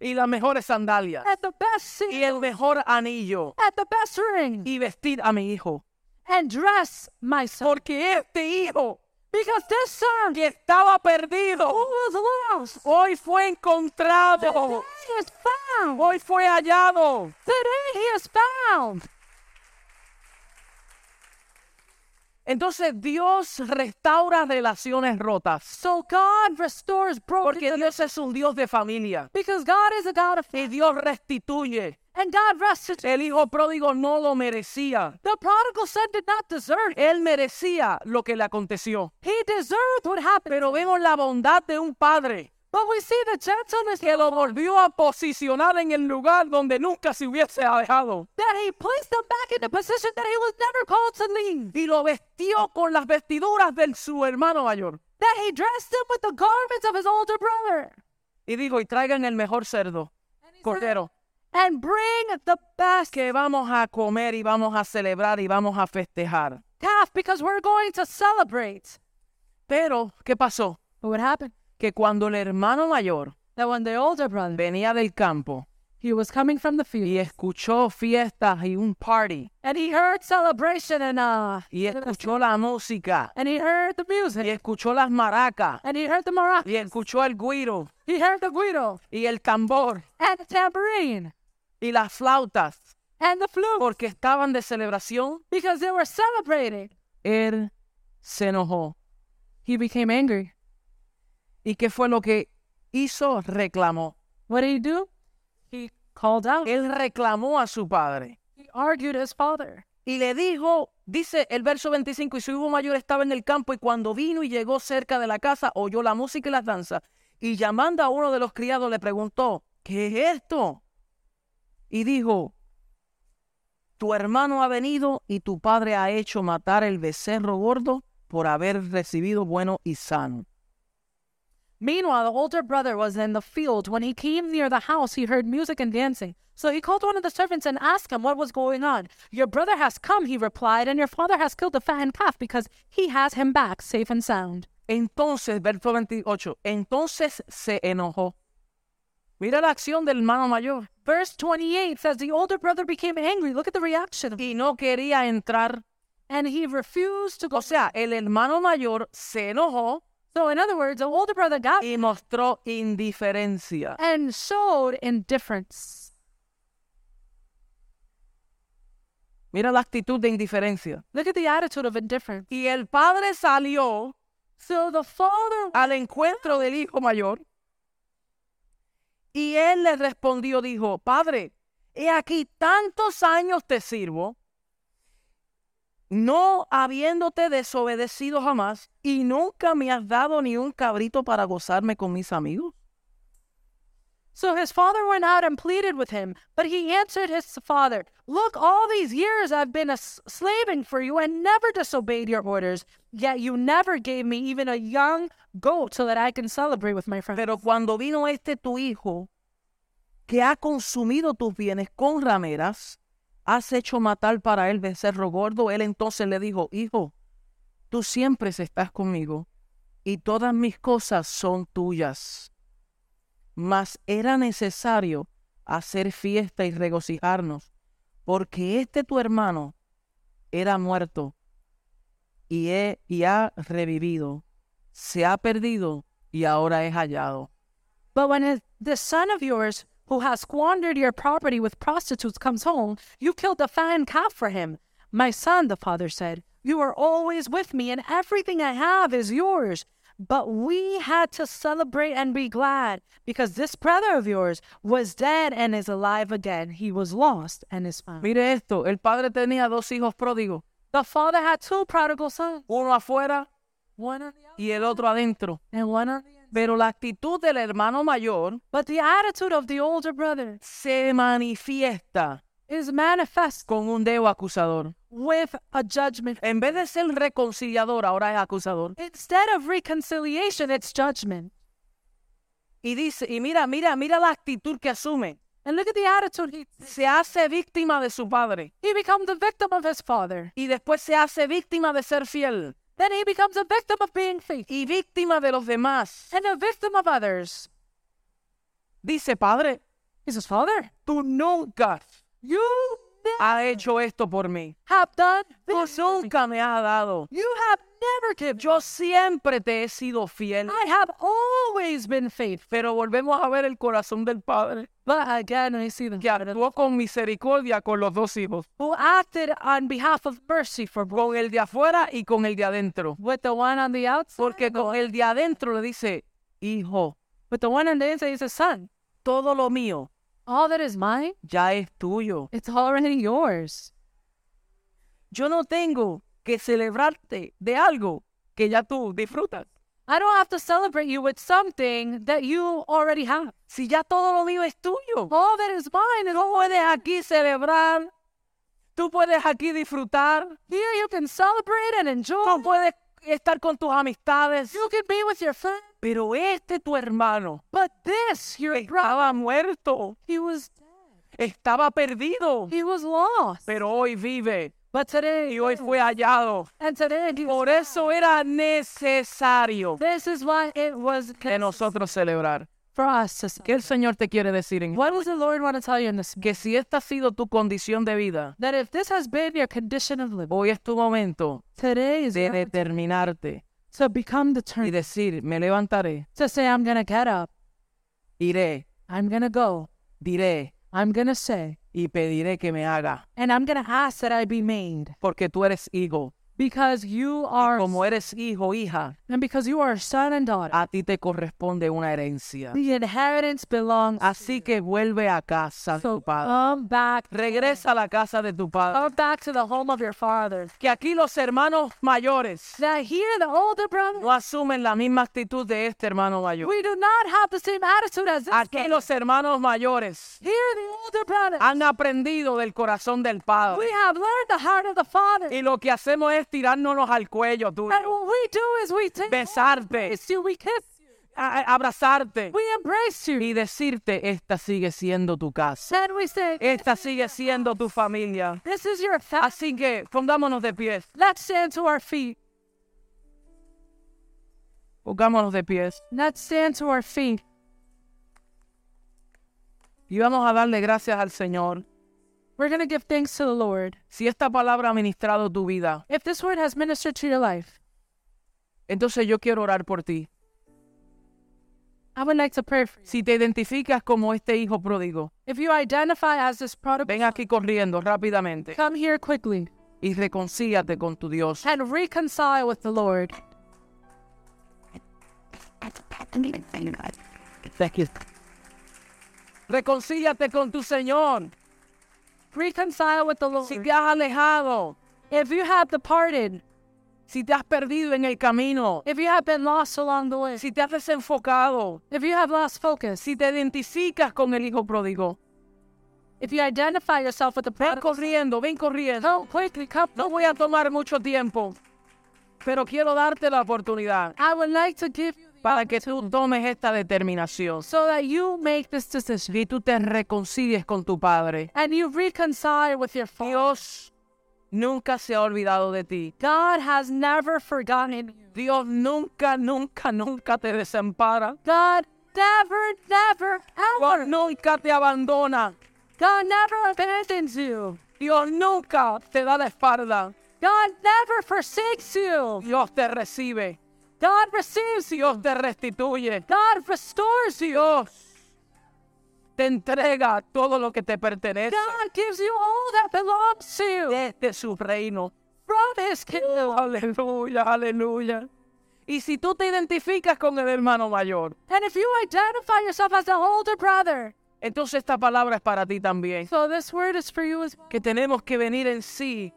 y las mejores sandalias
and the best seat
y el mejor anillo
and the best ring
y vestir a mi hijo.
and dress my son.
Porque este hijo
Because this son
que estaba
who
perdido
was lost
hoy fue
today
encontrado,
is found.
hoy fue hallado.
Today he is found.
Entonces Dios restaura relaciones rotas.
So God restores broken
Porque Dios es un Dios de familia.
because God is a God of
Y Dios restituye.
and God restitutes.
El hijo pródigo no lo merecía.
The prodigal son did not deserve.
Él merecía lo que le aconteció.
He deserved what happened.
Pero vemos la bondad de un padre
But we see the gentleness
que lo volvió a posicionar en el lugar donde nunca se hubiese dejado.
that he placed them back in the position that he was never called to leave.
Y lo vestió con las vestiduras de su hermano mayor.
That he dressed them with the garments of his older brother.
Y digo, y traigan el mejor cerdo,
And he said,
cordero,
and bring the best
que vamos a comer y vamos a celebrar y vamos a festejar.
calf because we're going to celebrate.
Pero, ¿qué pasó?
But what happened?
Que cuando el hermano mayor
That when the older brother
venía del campo
he was coming from the field
y escuchó fiestas y un party
and he heard celebration and uh
y escuchó la música
and he heard the music
y escuchó las maracas
and he heard the maraca
y escuchó el guiro
he heard the guido
y el tambor
and the tambourine
y las flautas
and the flute
porque estaban de celebración,
because they were celebrating.
él se enojó.
He became angry.
¿Y qué fue lo que hizo? Reclamó.
What did he do? He called out.
Él reclamó a su padre.
He argued his father.
Y le dijo, dice el verso 25, y su hijo mayor estaba en el campo y cuando vino y llegó cerca de la casa, oyó la música y las danzas. Y llamando a uno de los criados le preguntó, ¿qué es esto? Y dijo, tu hermano ha venido y tu padre ha hecho matar el becerro gordo por haber recibido bueno y sano.
Meanwhile, the older brother was in the field. When he came near the house, he heard music and dancing. So he called one of the servants and asked him what was going on. Your brother has come, he replied, and your father has killed the fattened calf because he has him back safe and sound.
Entonces, verso 28, entonces se enojó. Mira la acción del hermano mayor.
Verse 28 says the older brother became angry. Look at the reaction.
Y no quería entrar.
And he refused to go.
O sea, el hermano mayor se enojó
So, in other words, the older brother got
y mostró indiferencia.
and showed indifference.
Mira la actitud de indiferencia.
Look at the attitude of indifference.
Y el padre salió
So the father
al encuentro del hijo mayor y él le respondió, dijo, padre, he aquí tantos años te sirvo, no habiéndote desobedecido jamás y nunca me has dado ni un cabrito para gozarme con mis amigos.
So his father went out and pleaded with him, but he answered his father, Look, all these years I've been a s- slaving for you and never disobeyed your orders, yet you never gave me even a young goat so that I can celebrate with my friends.
Pero cuando vino este tu hijo, que ha consumido tus bienes con rameras, has hecho matar para él becerro gordo, él entonces le dijo, hijo, tú siempre estás conmigo y todas mis cosas son tuyas. Mas era necesario hacer fiesta y regocijarnos, porque este tu hermano era muerto y, he- y ha revivido, se ha perdido y ahora es hallado.
But when his, this son of yours, who has squandered your property with prostitutes, comes home, you killed the fine calf for him. My son, the father said, you are always with me, and everything I have is yours. But we had to celebrate and be glad, because this brother of yours was dead and is alive again. He was lost and is found.
Mire esto, el padre tenía dos hijos pródigos,
The father had two prodigal sons,
uno afuera
one on the
y el otro adentro.
out and one on the in.
Pero la actitud del hermano mayor
But the attitude of the older brother
se manifiesta
is manifest
con un dedo acusador.
with a judgment
En vez de ser reconciliador, ahora es acusador.
Instead of reconciliation, it's judgment.
Y dice, y mira, mira, mira la actitud que asume.
And look at the attitude he
Se hace víctima de su padre
he becomes the victim of his father.
y después se hace víctima de ser fiel
Then he becomes a victim of being faithful
y víctima de los demás.
and a victim of others.
Dice, padre,
He says, Father,
tú nunca
you this,
ha hecho esto por mí.
have done
Tú
this. for me.
Pues nunca me has dado.
You have never given.
Yo siempre te he sido fiel.
I have always been faithful.
Pero volvemos a ver el corazón del Padre,
But again, I see the
que actuó con misericordia con los dos hijos,
who acted on behalf of mercy for both,
con el de afuera y con el de adentro.
with the one on the outside,
Porque con el de adentro le dice, hijo,
with the one on the inside is a son.
todo lo mío
All that is mine,
ya es tuyo.
it's already yours.
Yo no tengo que celebrarte de algo que ya tú disfrutas.
I don't have to celebrate you with something that you already have.
Si ya todo lo mío es tuyo,
All that is mine is
tú
all
puedes aquí celebrar, tú puedes aquí disfrutar,
here. You can celebrate and enjoy.
tú puedes estar con tus amistades.
You can be with your friends.
Pero este tu hermano
But this, your brother,
estaba muerto,
he was dead.
estaba perdido,
He was lost.
pero hoy vive
But today,
y hoy fue hallado.
and today, he
Por
found.
eso era necesario
This is why it was
de
necessary
nosotros celebrar.
for us to celebrate.
¿Qué el Señor te quiere decir en
What does the Lord want to tell you in this?
que si esta ha sido tu condición de vida,
That if this has been your condition of living,
hoy es tu momento
today is
de
your moment
determinarte
to become
y
determined.
decir, me levantaré,
To say, I'm going to get up.
iré,
I'm going to go.
diré
I'm going to say.
y pediré que me haga,
And I'm going to ask that I be made.
porque tú eres hijo.
Because you are,
Como eres hijo, hija,
and because you are son and daughter,
a ti te corresponde una herencia.
the inheritance belongs.
Así que vuelve a casa de
So
tu padre.
come back.
Regresa a la casa de tu padre.
Come back to the home of your father.
Que aquí los hermanos mayores
That here, the older brother,
no asumen la misma actitud de este hermano mayor.
we do not have the same attitude as this.
Aquí
brother.
los hermanos mayores
Here, the older brother.
han aprendido del corazón del padre.
We have learned the heart of the Father.
Y lo que hacemos es tirárnoslos al cuello, tú.
And what we do is we take
Besarte,
kiss you, we kiss you,
a- a- abrazarte
we embrace you.
y decirte, esta sigue siendo tu casa.
Then we say,
Esta sigue siendo tu familia.
This is your fast.
Así que pongámonos de pies.
Let's stand to our feet.
Pongámonos de pies.
Let's stand to our feet.
Y vamos a darle gracias al Señor.
We're going to give thanks to the Lord.
Si esta palabra ha ministrado tu vida,
If this word has ministered to your life,
entonces yo quiero orar por ti.
I would like to pray for you.
Si te identificas como este hijo pródigo,
If you identify as this prodigal,
ven aquí corriendo rápidamente
come here quickly
y reconcíate con tu Dios.
and reconcile with the Lord.
Reconcíliate con tu Señor.
Reconcile with the Lord.
Si te has alejado,
If you have departed,
si te has perdido en el camino,
if you have been lost along the way,
si te has desenfocado,
if you have lost focus,
si te identificas con el hijo pródigo,
if you identify yourself with the
ven
prodigal,
corriendo, ven corriendo.
Come quickly, come.
No voy a tomar mucho tiempo, pero quiero darte la oportunidad
I would like to give you the
para que tú tomes esta determinación
so that you make this decision
y tú te reconcilies con tu Padre.
and you reconcile with your father.
Dios nunca se ha olvidado de ti.
God has never forgotten you.
Dios nunca, nunca, nunca te desampara.
God never, never,
Dios
ever.
nunca te abandona.
God never abandons you.
Dios nunca te da la espalda.
God never forsakes you.
Dios te recibe. Ah, pues
God receives you.
Dios te restituye.
God restores you.
Dios te entrega todo lo que te pertenece
God gives you all that belongs to you
desde su reino.
from His kingdom.
Aleluya, aleluya. Y si tú te identificas con el hermano mayor,
And if you identify yourself as an older brother,
entonces esta palabra es para ti también.
so this word is for you as well.
Que tenemos que venir en sí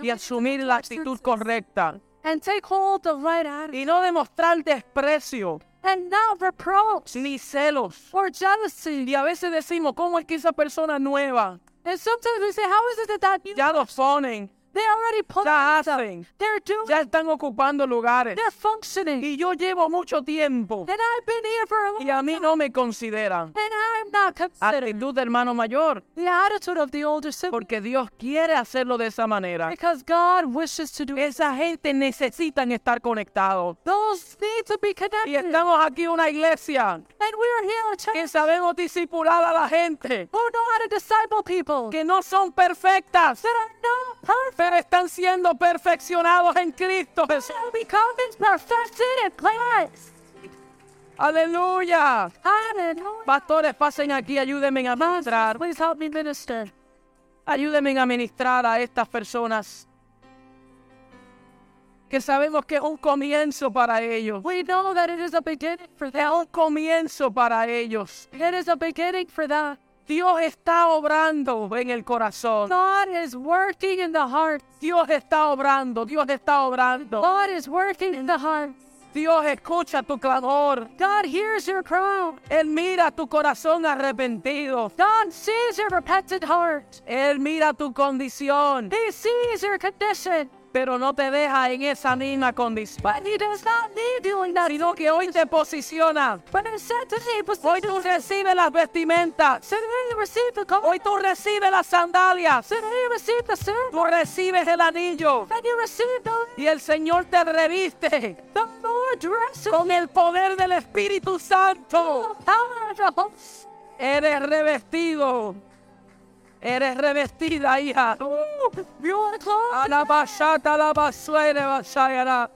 y asumir la actitud correcta
and take hold of right attitude
y no demostrar desprecio
and not reproach
ni celos.
or jealousy.
Y a veces decimos, ¿cómo es que esa persona nueva
And sometimes we say, how is it that that you
ya nos ponen?
They already put
Ya
themselves-
hacen.
They're doing.
Ya están ocupando lugares.
They're functioning.
Y yo llevo mucho tiempo
And I've been here for a long
y a mí no me consideran.
and I'm not considered
Actitud de hermano mayor,
the attitude of the older sibling
porque Dios quiere hacerlo de esa manera.
because God wishes to do it.
Esa gente necesitan estar conectados.
Those need to be
Y
connected.
estamos aquí una iglesia
And we're here a church
que sabemos discipular a la gente,
who know how to disciple people
que no son perfectas,
that are not perfect.
pero están siendo perfeccionados en Cristo Jesús.
They'll become perfected in Christ.
Aleluya.
Hallelujah.
Pastores, pasen aquí, ayúdenme a ministrar.
Please help me minister.
Ayúdenme a ministrar a estas personas que sabemos que es un comienzo para ellos.
We know that it is a beginning for
Es
them.
un comienzo para ellos.
It is a beginning for them.
Dios está obrando en el corazón.
God is working in the heart.
Dios está obrando. Dios está obrando.
God is working in the heart.
Dios escucha tu clamor.
God hears your cry.
Él mira tu corazón arrepentido.
God sees your repentant heart.
Él mira tu condición,
He sees your condition.
pero no te deja en esa misma condición.
But he does not leave you in that.
Sino que hoy te posiciona.
But instead today, but
Hoy tú recibes las vestimentas.
today you receive the call.
Hoy tú recibes las sandalias.
Today you receive the servant.
Tú recibes el anillo.
And you receive the,
Y el Señor te reviste
the Lord dress of
con el poder del Espíritu
the
Santo.
power of the Holy Spirit.
Eres revestido. Eres revestida, hija.
You are clothed. in-
Alabashata, alabasuere, basayara.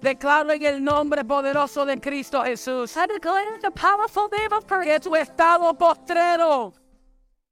Declaro en el nombre poderoso de Cristo Jesús
I declare the powerful name of Christ.
que tu estado postrero